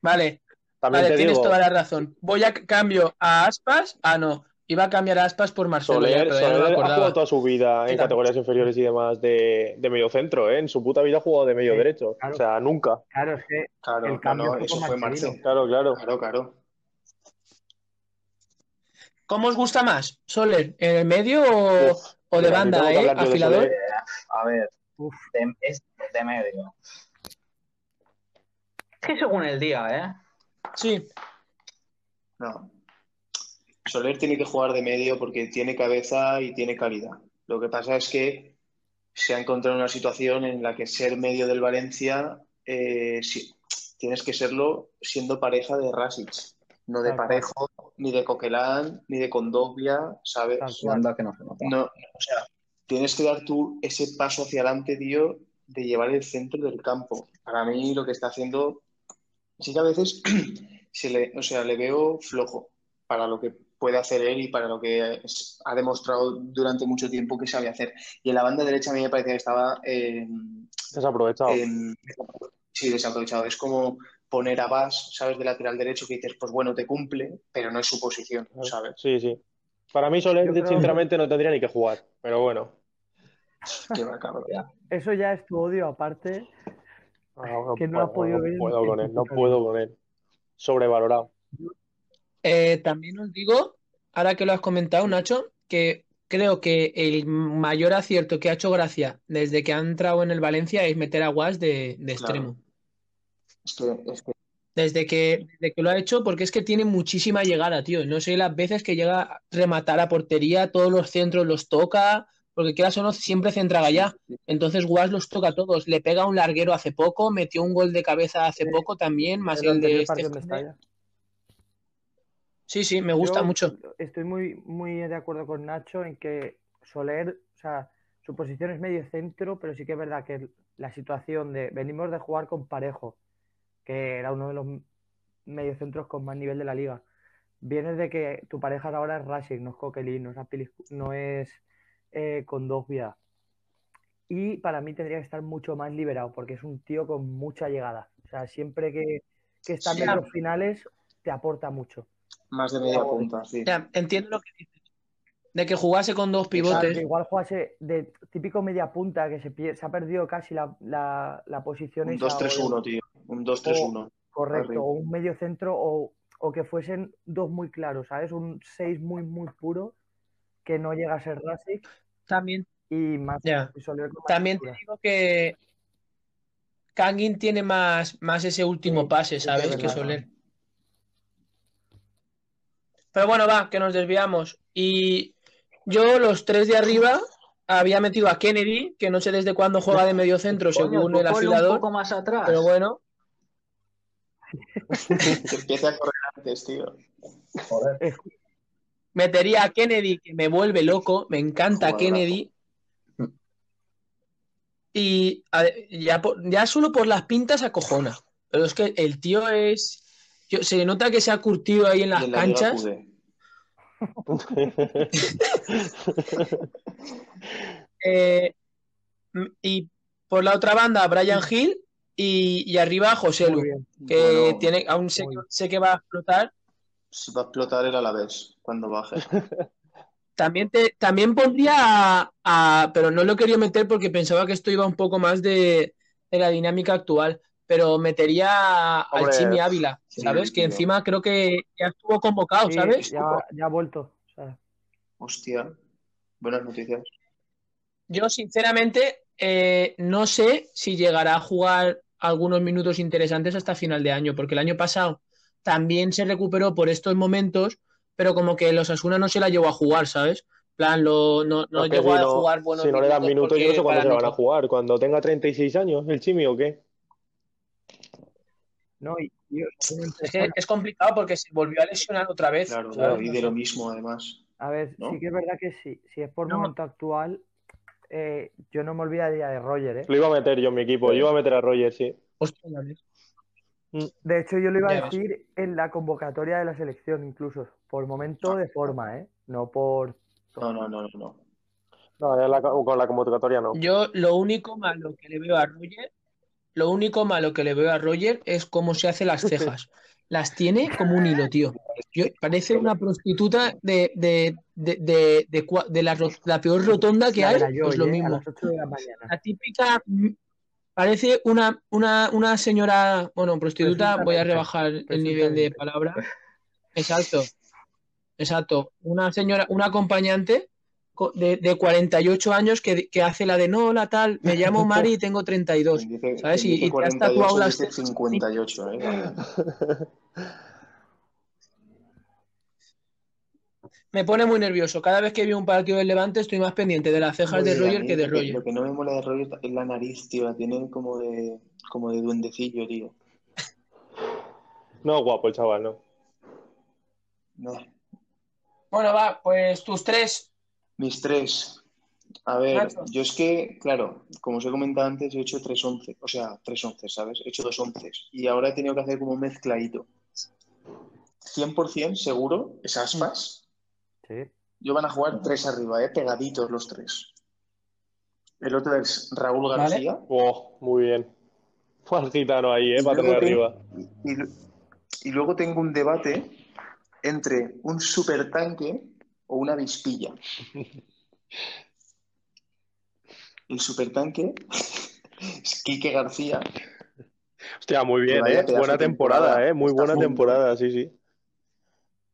A: Vale,
C: También
A: vale,
C: te
A: tienes
C: digo,
A: toda la razón. Voy a cambio a Aspas. Ah, no. Iba a cambiar a Aspas por Marcelo, ya,
C: Soler,
A: pero ya no me
C: Soler ha
A: acordaba.
C: jugado toda su vida en
A: Claro.
C: categorías inferiores y demás de, de medio centro, ¿eh? En su puta vida ha jugado de medio
D: Sí,
C: derecho.
D: claro.
C: O sea, nunca.
D: Claro, es que
B: Claro,
D: El
B: no,
D: cambio
B: no,
D: fue
B: eso
D: con
B: fue
D: Marcelino.
B: Marcelo.
C: Claro, claro.
B: Claro, claro.
A: ¿Cómo os gusta más? ¿Soler en el medio o,
C: Uf,
A: o de
C: mira, si tengo
A: banda,
C: que
A: eh?
C: hablar yo de
A: Afilador.
C: Soler,
E: A ver.
D: Uf.
E: De, es de medio. Es que según el día, ¿eh?
A: Sí,
B: No. Soler tiene que jugar de medio porque tiene cabeza y tiene calidad. Lo que pasa es que se ha encontrado una situación en la que ser medio del Valencia eh, sí, tienes que serlo siendo pareja de Rasic, no de
D: Tal cual.
B: Parejo, ni de Coquelán, ni de Condovia, ¿sabes?
D: Tal cual.
E: Anda que no se nota.
B: No, o sea, tienes que dar tú ese paso hacia adelante, tío, de llevar el centro del campo. Para mí lo que está haciendo, sí que a veces (clears throat) se le, o sea, le veo flojo para lo que puede hacer él y para lo que es- ha demostrado durante mucho tiempo que sabe hacer. Y en la banda derecha a mí me parecía que estaba eh,
C: desaprovechado.
B: en- sí, desaprovechado. Es como poner a Bas, ¿sabes? De lateral derecho que dices, pues bueno, te cumple, pero no es su posición,
C: Claro. (laughs)
B: ¿sabes?
C: Sí, sí. Para mí Soler,
D: Yo creo-
C: sinceramente, no tendría ni que jugar. Pero bueno.
B: Qué va, cabrón.
D: Eso ya es tu odio aparte.
C: Ah, no
D: Que no
C: puedo,
D: ha podido
C: no
D: ver en-
C: puedo
D: en
C: con
D: su
C: él, no
D: puta
C: puedo con él. Sobrevalorado. (laughs)
A: Eh, también os digo, ahora que lo has comentado, Nacho, que creo que el mayor acierto que ha hecho Gracia desde que ha entrado en el Valencia es meter a Guas de, de extremo.
B: Es que, es que
A: Desde que, desde que lo ha hecho, porque es que tiene muchísima llegada, tío. No sé las veces que llega a rematar a portería, todos los centros los toca, porque quieras o no, siempre centra allá. Entonces Guas los toca a todos. Le pega un larguero hace poco, metió un gol de cabeza hace
D: Sí.
A: poco también, más
D: el
A: el de este
D: anterior partido en
A: Estefan.
D: Mestalla.
A: Sí, sí, me gusta
D: Yo
A: mucho.
D: Estoy muy, muy de acuerdo con Nacho en que Soler, o sea, su posición es medio centro, pero sí que es verdad que la situación de venimos de jugar con Parejo, que era uno de los mediocentros con más nivel de la liga. Vienes de que tu pareja ahora es Rashid, no es Coquelin, no es, Apilis- no es eh, Condovia. Y para mí tendría que estar mucho más liberado, porque es un tío con mucha llegada. O sea, siempre que, que está
B: Sí.
D: en los finales, te aporta mucho.
B: más de media punta, sí.
A: Ya, entiendo lo que dices. De que jugase con dos pivotes.
D: Que igual jugase de típico media punta que se, pier- se ha perdido casi la, la, la posición
B: Un
D: esa, o de-
B: 2-3-1, tío. Un 2-3-1.
D: correcto,
B: Arriba.
D: o un medio centro o, o que fuesen dos muy claros, ¿sabes? Un 6 muy, muy puro que no llega a ser Rasic
A: También,
D: y más
A: ya.
D: y Soler con más
A: También te
D: altura.
A: digo que Kangin tiene más, más ese último
D: Sí,
A: pase,
D: sí,
A: ¿sabes?
D: es
A: Que
D: verdad.
A: Soler. Pero bueno, va, que nos desviamos. Y yo, los tres de arriba, había metido a Kennedy, que no sé desde cuándo juega de mediocentro,
E: Coño,
A: según
E: tú
A: el
E: ponlo un
A: afilador.
E: poco más atrás.
A: Pero bueno,
B: Que empiece a correr antes, tío.
E: Joder.
D: Es-
A: Metería a Kennedy, que me vuelve loco. Me encanta
B: Jugadorazo.
A: Kennedy. Y a- ya, po- ya solo por las pintas acojona. Pero es que el tío es. yo- se nota que se ha curtido ahí en (laughs)
B: Y
A: las
B: en la Liga
A: canchas.
B: jugué.
A: Eh, m- y por la otra banda, Brian Hill. Y, y arriba, José
D: Muy
A: Lu.
D: bien.
A: Que
B: Bueno,
A: tiene, aún sé,
D: muy bien.
A: sé que va a explotar.
B: si va a explotar el Alavés
A: (laughs)
B: cuando baje.
A: También, te, también pondría a, a- Pero no lo quería meter porque pensaba que esto iba un poco más de, de la dinámica actual. Pero metería a- al
C: Hombre,
A: Chimi Ávila,
B: sí,
A: ¿sabes? que
B: tío.
A: encima creo que ya estuvo convocado,
D: Sí,
A: ¿sabes?
D: ya, ya ha vuelto. o sea,
B: Hostia. Buenas noticias.
A: Yo, sinceramente, eh, no sé si llegará a jugar algunos minutos interesantes hasta final de año, porque el año pasado también se recuperó por estos momentos, pero como que los Asuna no se la llevó a jugar, ¿sabes? plan, lo, no, no
C: Es que
A: llegó
C: si
A: a
C: no-
A: jugar buenos
C: si no le dan minutos, yo no
A: porque
C: sé cuándo se
A: para
C: van a
A: mí-
C: jugar. ¿Cuando tenga 36 años el Chimi o qué?
D: no, y, y os soy un
A: Es, que
D: persona.
A: es complicado porque se volvió a lesionar otra vez.
B: Claro,
A: ¿sabes?
B: claro. Y de lo mismo, además.
D: A ver,
B: ¿No?
D: sí que es verdad que sí. Si es por
A: No.
D: momento actual, eh, yo no me olvidaría de Roger, ¿eh?
C: Lo iba a meter yo en mi equipo. Yo iba a meter a Roger, sí.
A: Hostia, ya ves.
D: De hecho, yo lo iba
A: Ya
D: a
A: ves.
D: decir en la convocatoria de la selección, incluso. Por
A: Ah.
D: momento de forma, ¿eh? No por.
B: No, no, no, no, no.
C: No, en la- con la convocatoria no.
A: Yo lo único malo que le veo a Roger, lo único malo que le veo a Roger es cómo se hace las cejas. Las tiene como un hilo, tío. Yo- parece una prostituta de, de, de, de- de cua- de la, ro- la peor rotonda que
D: la
A: hay,
D: de la Joy,
A: pues lo
D: ¿eh? A
A: mismo.
D: las 8 de la mañana.
A: La típica, mm, parece una, una, una señora, bueno, prostituta, voy a
D: Presuntamente,
A: rebajar el nivel de
D: presuntamente.
A: palabra. Exacto. Exacto, una señora, una acompañante co- de, de 48 años que, que hace la de no, la tal, me llamo Mari y tengo 32,
B: Quien dice,
A: Pues, ¿sabes?
B: quien
A: Y,
B: dice
A: y te has tatuado
B: 48
A: las
B: dice
A: cejas.
B: 58, ¿eh?
A: Me pone muy nervioso. Cada vez que veo un partido del Levante estoy más pendiente de las cejas de
B: Oye, a
A: Roger
B: mí
A: que de
B: lo que, lo
A: Roger.
B: que no me mola de Roger es la nariz, tío. La tiene como de, como de duendecillo, tío.
C: No es guapo el chaval, no.
B: No.
A: Bueno, va, pues tus tres.
B: Mis tres. A ver,
A: Nacho.
B: yo es que, claro, como os he comentado antes, he hecho tres once, o sea, tres once, ¿sabes? He hecho dos once y ahora he tenido que hacer como un mezcladito. 100% seguro, es aspas.
D: Sí.
B: Yo van a jugar tres arriba, ¿eh? Pegaditos los tres. El otro es Raúl
A: Vale.
B: García.
C: Oh, muy bien. Fue al gitano ahí, ¿eh?
B: Y
C: Para
B: luego
C: tener
B: tengo-
C: arriba.
B: Y, lu- y luego tengo un debate entre un supertanque o una vispilla. El supertanque es Quique García.
C: Hostia, muy bien,
B: Vaya
C: ¿eh?
B: pedazo
C: Buena
B: de
C: temporada,
B: temporada.
C: ¿eh? Muy
B: Está
C: buena
B: junto.
C: temporada, sí, sí.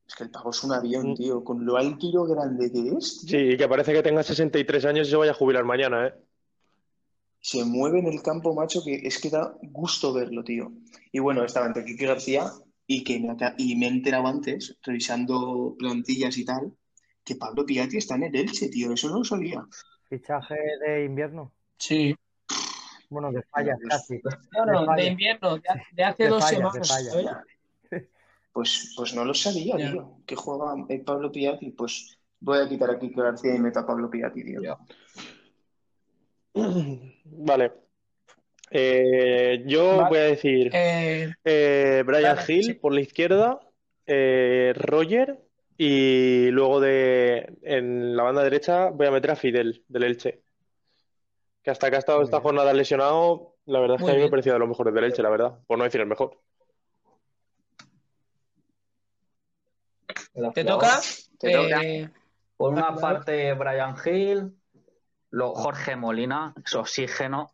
B: Es que el pavo es un avión,
C: Mm.
B: tío. Con lo alto y lo grande que es, tío.
C: Sí, y que parece que tenga 63 años y se vaya a jubilar mañana, ¿eh?
B: Se mueve en el campo, macho, que es que da gusto verlo, tío. Y bueno, estaba entre Quique García y que me, aca- y me he enterado antes, revisando plantillas y tal, que Pablo Piatti está en el Elche, tío. Eso no lo sabía.
D: Fichaje de invierno.
A: Sí.
D: Bueno, de fallas
B: Dios.
D: casi.
A: No,
D: De
A: no, de
D: falla.
A: invierno, de, ha- de hace
D: De
A: pues, dos
D: falla, de
A: semanas. ¿eh?
D: falla.
A: ¿sabes?
B: Pues, pues no lo sabía,
A: Ya.
B: tío. Que jugaba eh, Pablo Piatti. Pues voy a quitar a Quique García y meto a Pablo Piatti, tío.
E: Ya.
C: (clears throat) Vale. Eh, yo
A: Vale.
C: voy a decir
A: Eh,
C: eh, Brian
A: Claro,
C: Hill
A: sí.
C: por la izquierda, eh, Roger y luego de en la banda derecha voy a meter a Fidel del Elche, que hasta que ha estado
D: Muy
C: esta
D: bien.
C: jornada lesionado, la verdad es que
A: Muy
C: a mí me
A: bien.
C: ha parecido de los mejores del Elche, la verdad, por no decir el mejor.
A: te toca.
B: Te toca.
A: eh,
E: Por una
A: Vale.
E: parte, Brian Hill, lo- Jorge Molina, es oxígeno,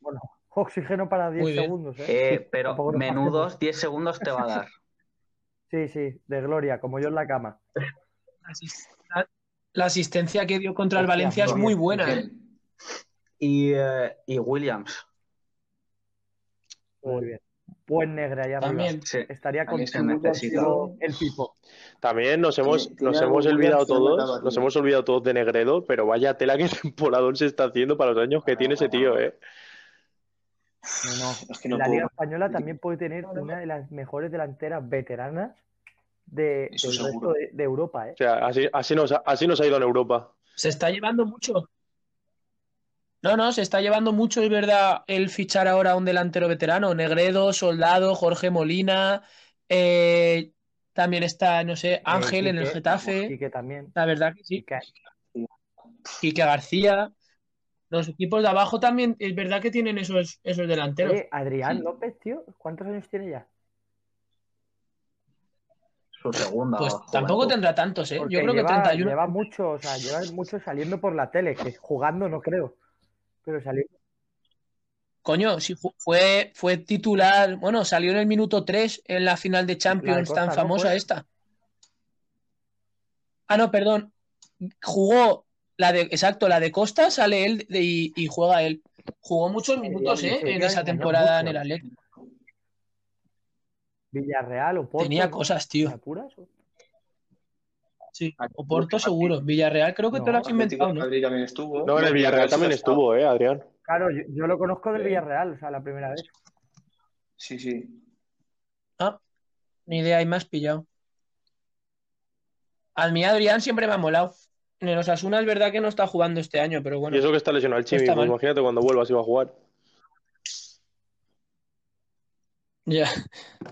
D: Bueno, oxígeno para
A: Muy
D: 10
A: bien.
D: segundos, ¿eh?
E: eh, pero
D: Tampoco nos
E: menudos 10 segundos te va
D: (laughs)
E: a dar.
D: Sí, sí, de gloria, como yo en la cama.
A: asist- la, la asistencia que dio contra el
D: Hostia,
A: Valencia es
D: muy
A: muy
D: bien.
A: buena, ¿eh?
B: Bien.
E: Y, eh, y Williams,
D: Muy bien. Buen negro allá arriba.
A: Pues También.
E: sí,
D: Estaría
E: Ahí se
D: contigo
E: necesita.
D: contigo el pipo.
C: También nos hemos,
B: Tiene- tiene
C: nos
B: algo
C: hemos
B: Williams
C: olvidado
B: que no me
C: todos,
B: acaba,
C: nos
B: tío.
C: hemos olvidado todos de Negredo, pero vaya tela que (laughs) temporadón se está haciendo para los años que tiene ese tío, ¿eh?
D: No, no.
B: Es que
D: En
B: no
D: la Liga
B: puedo.
D: Española también puede tener una de las mejores delanteras veteranas de,
B: Eso
D: del
B: seguro.
D: resto de, de Europa. ¿eh?
C: O sea, así, así, nos, ha- así nos ha ido en Europa.
A: Se está llevando mucho. No, no, se está llevando mucho, es verdad, el fichar ahora a un delantero veterano. Negredo, Soldado, Jorge Molina. eh, también está, no
D: Eh,
A: sé, Ángel en el Getafe.
D: Y que también.
A: La verdad que sí.
D: Quique. eh,
A: Quique García. Los equipos de abajo también, es verdad que tienen esos, esos delanteros.
D: Oye, Adrián
B: Sí.
D: López, tío, ¿cuántos años tiene ya?
E: Su segunda.
A: Pues tampoco
E: juventud.
A: tendrá tantos, ¿eh?
D: Porque
A: Yo creo que
D: lleva,
A: 31.
D: lleva mucho, o sea, lleva mucho saliendo por la tele, que jugando no creo. Pero saliendo.
A: Coño, si fu- fue, fue titular, bueno, salió en el minuto 3 en la final de Champions,
D: Costa,
A: tan
D: ¿no?
A: famosa
D: Fue.
A: esta. Ah, no, perdón. Jugó la de, exacto, la de Costa, sale él de- y, y juega él. Jugó muchos minutos,
D: Adrián,
A: ¿eh?
D: ese
A: En
D: tío
A: esa
D: engañó
A: temporada en
D: mucho.
A: el Atlético.
D: Villarreal o Porto.
A: Tenía
D: ¿no?
A: cosas,
D: ¿Me
A: tío.
D: apuras?
A: Sí.
B: Atlético
A: O Porto
B: de Madrid.
A: seguro. Villarreal creo que te lo
D: No,
A: has
B: Atlético
A: inventado,
B: de
A: ¿no?
B: Madrid también estuvo.
C: No, en el Villarreal también
B: sí que ha estado.
C: estuvo, ¿eh, Adrián?
D: Claro, yo, yo lo conozco del
B: Sí.
D: Villarreal, o sea, la primera vez.
B: Sí, sí.
A: Ah, ni idea, y más pillado. A mí Adrián siempre me ha molado. En el Osasuna es verdad que no está jugando este año, pero bueno.
C: Y eso que está lesionado el Chimi,
A: está
C: pues
A: mal.
C: imagínate cuando vuelvas iba a jugar.
A: Ya.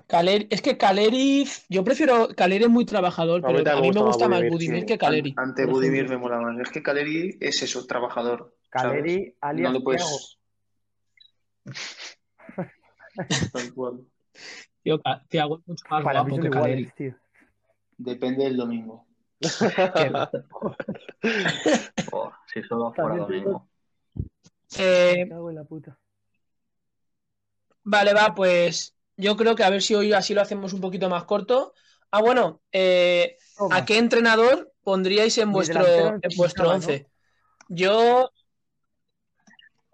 A: Caleri- es que Caleri, yo prefiero, Caleri es muy trabajador,
C: A mí
A: pero a mí
C: también
A: me gusta más Budimir
B: Sí,
A: que Caleri.
B: an- Ante
A: por
B: Budimir
A: ejemplo.
B: me mola más. Es que Caleri es eso, trabajador. ¿sabes?
D: Caleri,
B: No
D: alias
B: le
D: Thiago.
B: puedes. (laughs) Tal cual.
A: Tío, Ca- Thiago es ah, mucho más
D: Para mí
A: guapo
D: son
A: que Caleri.
D: iguales, tío.
B: Depende del domingo.
A: Que-
E: Oh, si solo fuera
D: También tengo-
E: domingo.
A: Eh,
D: Me cago en la puta.
A: vale, va, pues yo creo que a ver si hoy así lo hacemos un poquito más corto. Ah, bueno, eh,
D: Toma.
A: ¿a qué entrenador pondríais en
D: Mi delantero
A: vuestro,
D: no te
A: en vuestro
D: gustaba, ¿no?
A: once? Yo.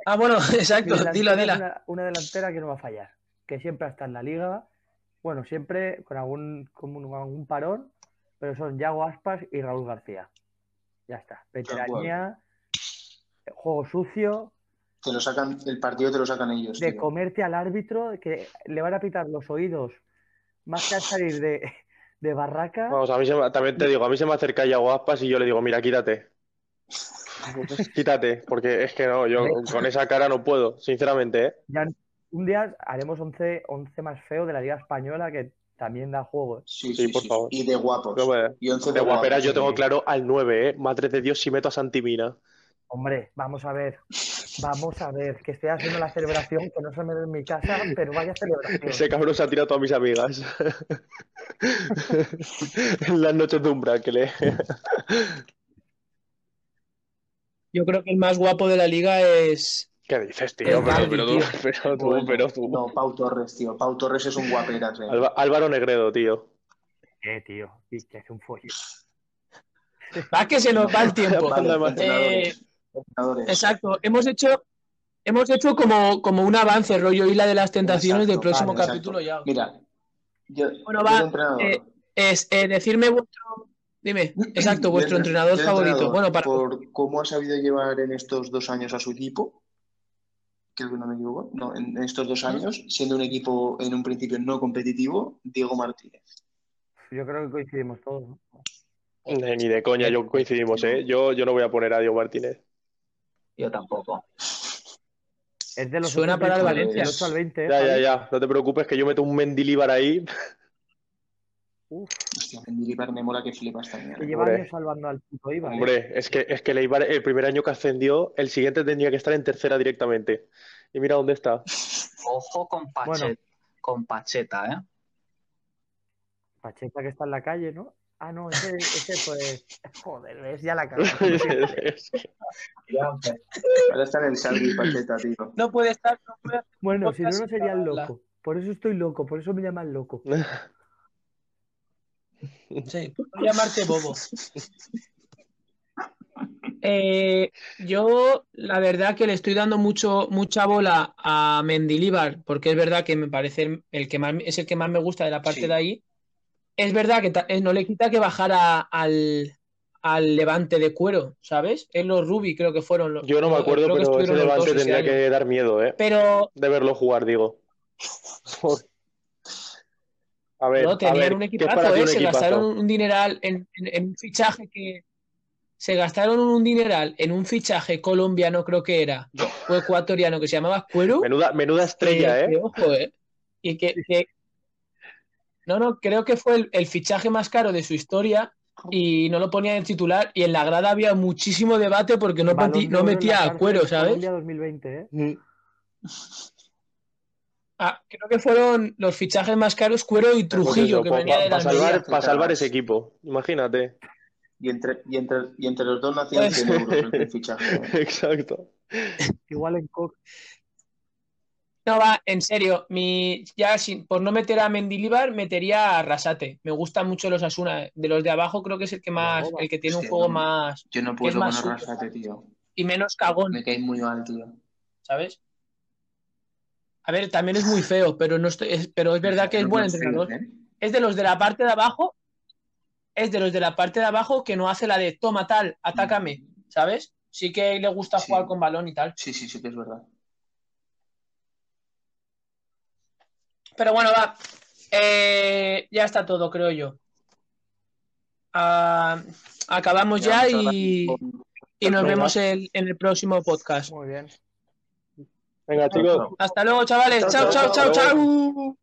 A: Ah, bueno, (laughs)
D: Mi
A: exacto, dilo,
D: delantera es
A: dila.
D: una, una delantera que no va a fallar, que siempre está en la liga, bueno, siempre con algún, con un- algún parón, pero son Yago Aspas y Raúl García. Ya está. Veteranía, juego sucio,
B: Te lo sacan, el partido te lo sacan ellos.
D: de
B: tío.
D: comerte al árbitro, que le van a pitar los oídos, más que a salir de, de barraca.
C: Vamos, a mí se me- también te digo, a mí se me acerca ya Aspas y yo le digo, mira, quítate. Quítate, porque es que no, yo con esa cara no puedo, sinceramente, ¿eh?
D: Ya un día haremos 11, 11 más feo de la Liga Española, que también da juego. ¿eh?
B: Sí,
C: Sí,
B: sí,
C: por
B: sí.
C: favor.
B: Y de guapos.
C: No me-
B: Y once
C: De guapera
B: guapos.
C: yo tengo
B: Pues, sí.
C: claro al 9, ¿eh? Madre de Dios, si meto a Santimina.
D: Hombre, vamos a ver, vamos a ver, que estoy haciendo la celebración, que no se me ve en mi casa, pero vaya
C: Ese
D: celebración.
C: cabrón se ha tirado a todas mis amigas. En las noches de un bracle.
A: Yo creo que el más guapo de la liga es.
C: ¿Qué dices, tío?
A: El
C: Pero,
A: Baldi,
C: pero tú,
A: tío.
C: pero tú,
B: Bueno,
C: pero tú.
B: No, Pau Torres, tío. Pau Torres es un guaperas, eh.
C: Alba- Álvaro Negredo, tío.
D: ¿Qué, tío? Y que es un follón.
A: Va Ah, que se
D: (laughs)
A: nos va el tiempo.
C: Anda,
B: Vale,
C: macho.
B: entrenadores.
A: Eh,
B: Entrenadores.
A: Exacto, hemos hecho, hemos hecho como, como un avance, rollo Isla de las Tentaciones del
B: Exacto,
A: próximo
B: vale,
A: capítulo
B: exacto.
A: ya.
B: Mira, yo,
A: Bueno,
B: yo
A: va,
B: de entrenador.
A: eh, Es eh, decirme vuestro,
B: (clears throat)
A: dime, exacto,
B: yo
A: vuestro
B: de-
A: entrenador
B: yo de
A: favorito.
B: entrenador,
A: Bueno, para
B: por cómo ha sabido llevar en estos dos años a su equipo, creo que no me equivoco, no, en en estos dos
A: Ujú.
B: años, siendo un equipo en un principio no competitivo, Diego Martínez.
D: Yo creo que coincidimos todos, ¿no?
C: Eh, Ni de coña, yo coincidimos, ¿eh? Yo, yo no voy a poner a Diego Martínez.
E: Yo tampoco.
D: Es de los
A: Suena
D: ocho al
A: para el
D: 20,
A: Valencia.
D: del 8 al 20, ¿eh,
C: Ya, ya,
D: Javi?
C: ya. No te preocupes que yo meto un Mendilibar ahí.
D: Uf,
B: Hostia, Mendilibar me mola que flipas
D: que
B: también.
D: lleva
C: Hombre.
D: años salvando al puto Ibar, ¿eh?
C: Hombre, es que, es que el Eibar el primer año que ascendió, el siguiente tendría que estar en tercera directamente. Y mira dónde
A: (laughs)
C: está. (laughs)
E: Ojo con Pacheta,
D: Bueno.
E: con Pacheta, ¿eh?
D: ¿eh? Pacheca que está en la calle, ¿no? Ah, no, ese, ese pues... Joder, ves, ya la
C: (laughs)
D: cagada.
C: Yo
B: Ahora está en
A: (laughs)
B: el Salvi Pacheta, tío.
A: No puede estar, no puede hacer
D: Bueno, si no,
A: podcast
D: no
A: sin
D: sería el
A: cagarla.
D: loco. Por eso estoy loco, por eso me llaman loco.
A: Sí, puedo llamarte bobo. (laughs) Eh, yo la verdad que le estoy dando mucho, mucha bola a Mendilibar, porque es verdad que me parece el, el que más es el que más me gusta de la parte
B: Sí.
A: de ahí. Es verdad que ta- eh, no le quita que bajara al, al Levante de cuero, ¿sabes? Es los Rubi creo que fueron los,
C: no me acuerdo,
A: creo que
C: pero ese
A: estuvieron los dos
C: levante
A: ese
C: tendría
A: año.
C: que dar miedo, ¿eh?
A: Pero
C: De verlo jugar, digo. (laughs) A ver,
A: No,
C: a
A: tenían
C: ver,
A: un
C: ¿qué es
A: equipazo,
C: para ti
A: ¿eh?
C: un
A: Se
C: equipazo?
A: gastaron un dineral en, en- en un fichaje que. Se gastaron un dineral en un fichaje colombiano, creo que era, o ecuatoriano, que se llamaba Cuero.
C: Menuda, menuda estrella,
A: que- que,
C: ¿eh?
A: ojo, ¿eh? Y que, que- No, no, creo que fue el, el fichaje más caro de su historia y no lo ponía en titular. Y en la grada había muchísimo debate porque no,
D: Balón
A: pati-
D: de
A: no
D: oro en la
A: metía a
D: cárcel,
A: cuero, ¿sabes?
D: Colombia 2020, ¿eh?
A: Ah, creo que fueron los fichajes más caros Cuero y
C: Pues
A: Trujillo,
C: eso,
A: que
C: pa-
A: venía
C: pa-
A: de
C: pa
A: la
C: salvar,
A: Almería.
C: pa salvar ese equipo, imagínate. (laughs)
B: Y entre, y entre, y entre los dos nacían 100 euros el primer
A: (laughs)
B: fichaje. ¿eh?
C: Exacto.
D: Igual en Cox.
A: No, va, en serio, mi, ya sin, por no meter a Mendilibar, metería a Arrasate. Me gustan mucho los Asuna. De los de abajo creo que es el que más,
D: Boba.
A: el que tiene un
B: Hostia,
A: juego
B: no.
A: más
B: Yo no
A: Que es
B: puedo
A: más
B: con
A: suyo.
B: Arrasate, tío.
A: y menos cagón,
B: Me cae muy mal, tío.
A: ¿sabes? A ver, también es muy feo, pero no estoy, es, pero es verdad que es
B: Los
A: buen
B: más feos,
A: entrenador.
B: ¿eh?
A: Es de los de la parte de abajo, es de los de la parte de abajo que no hace la de toma tal, atácame, ¿sabes? Sí que le gusta
B: Sí.
A: jugar con balón y tal.
B: Sí, sí, sí, que es verdad.
A: Pero bueno, va. Eh, ya está todo, creo yo. Ah, acabamos ya,
B: muchas gracias
A: y,
B: por-
A: y nos
C: Venga.
A: vemos el- en el próximo podcast.
D: Muy bien.
C: Venga,
B: Chao,
C: chicos.
B: chao.
A: Hasta luego, chavales.
C: Chao,
A: Chao,
C: chao,
A: chao, chao,
C: hasta
A: chao.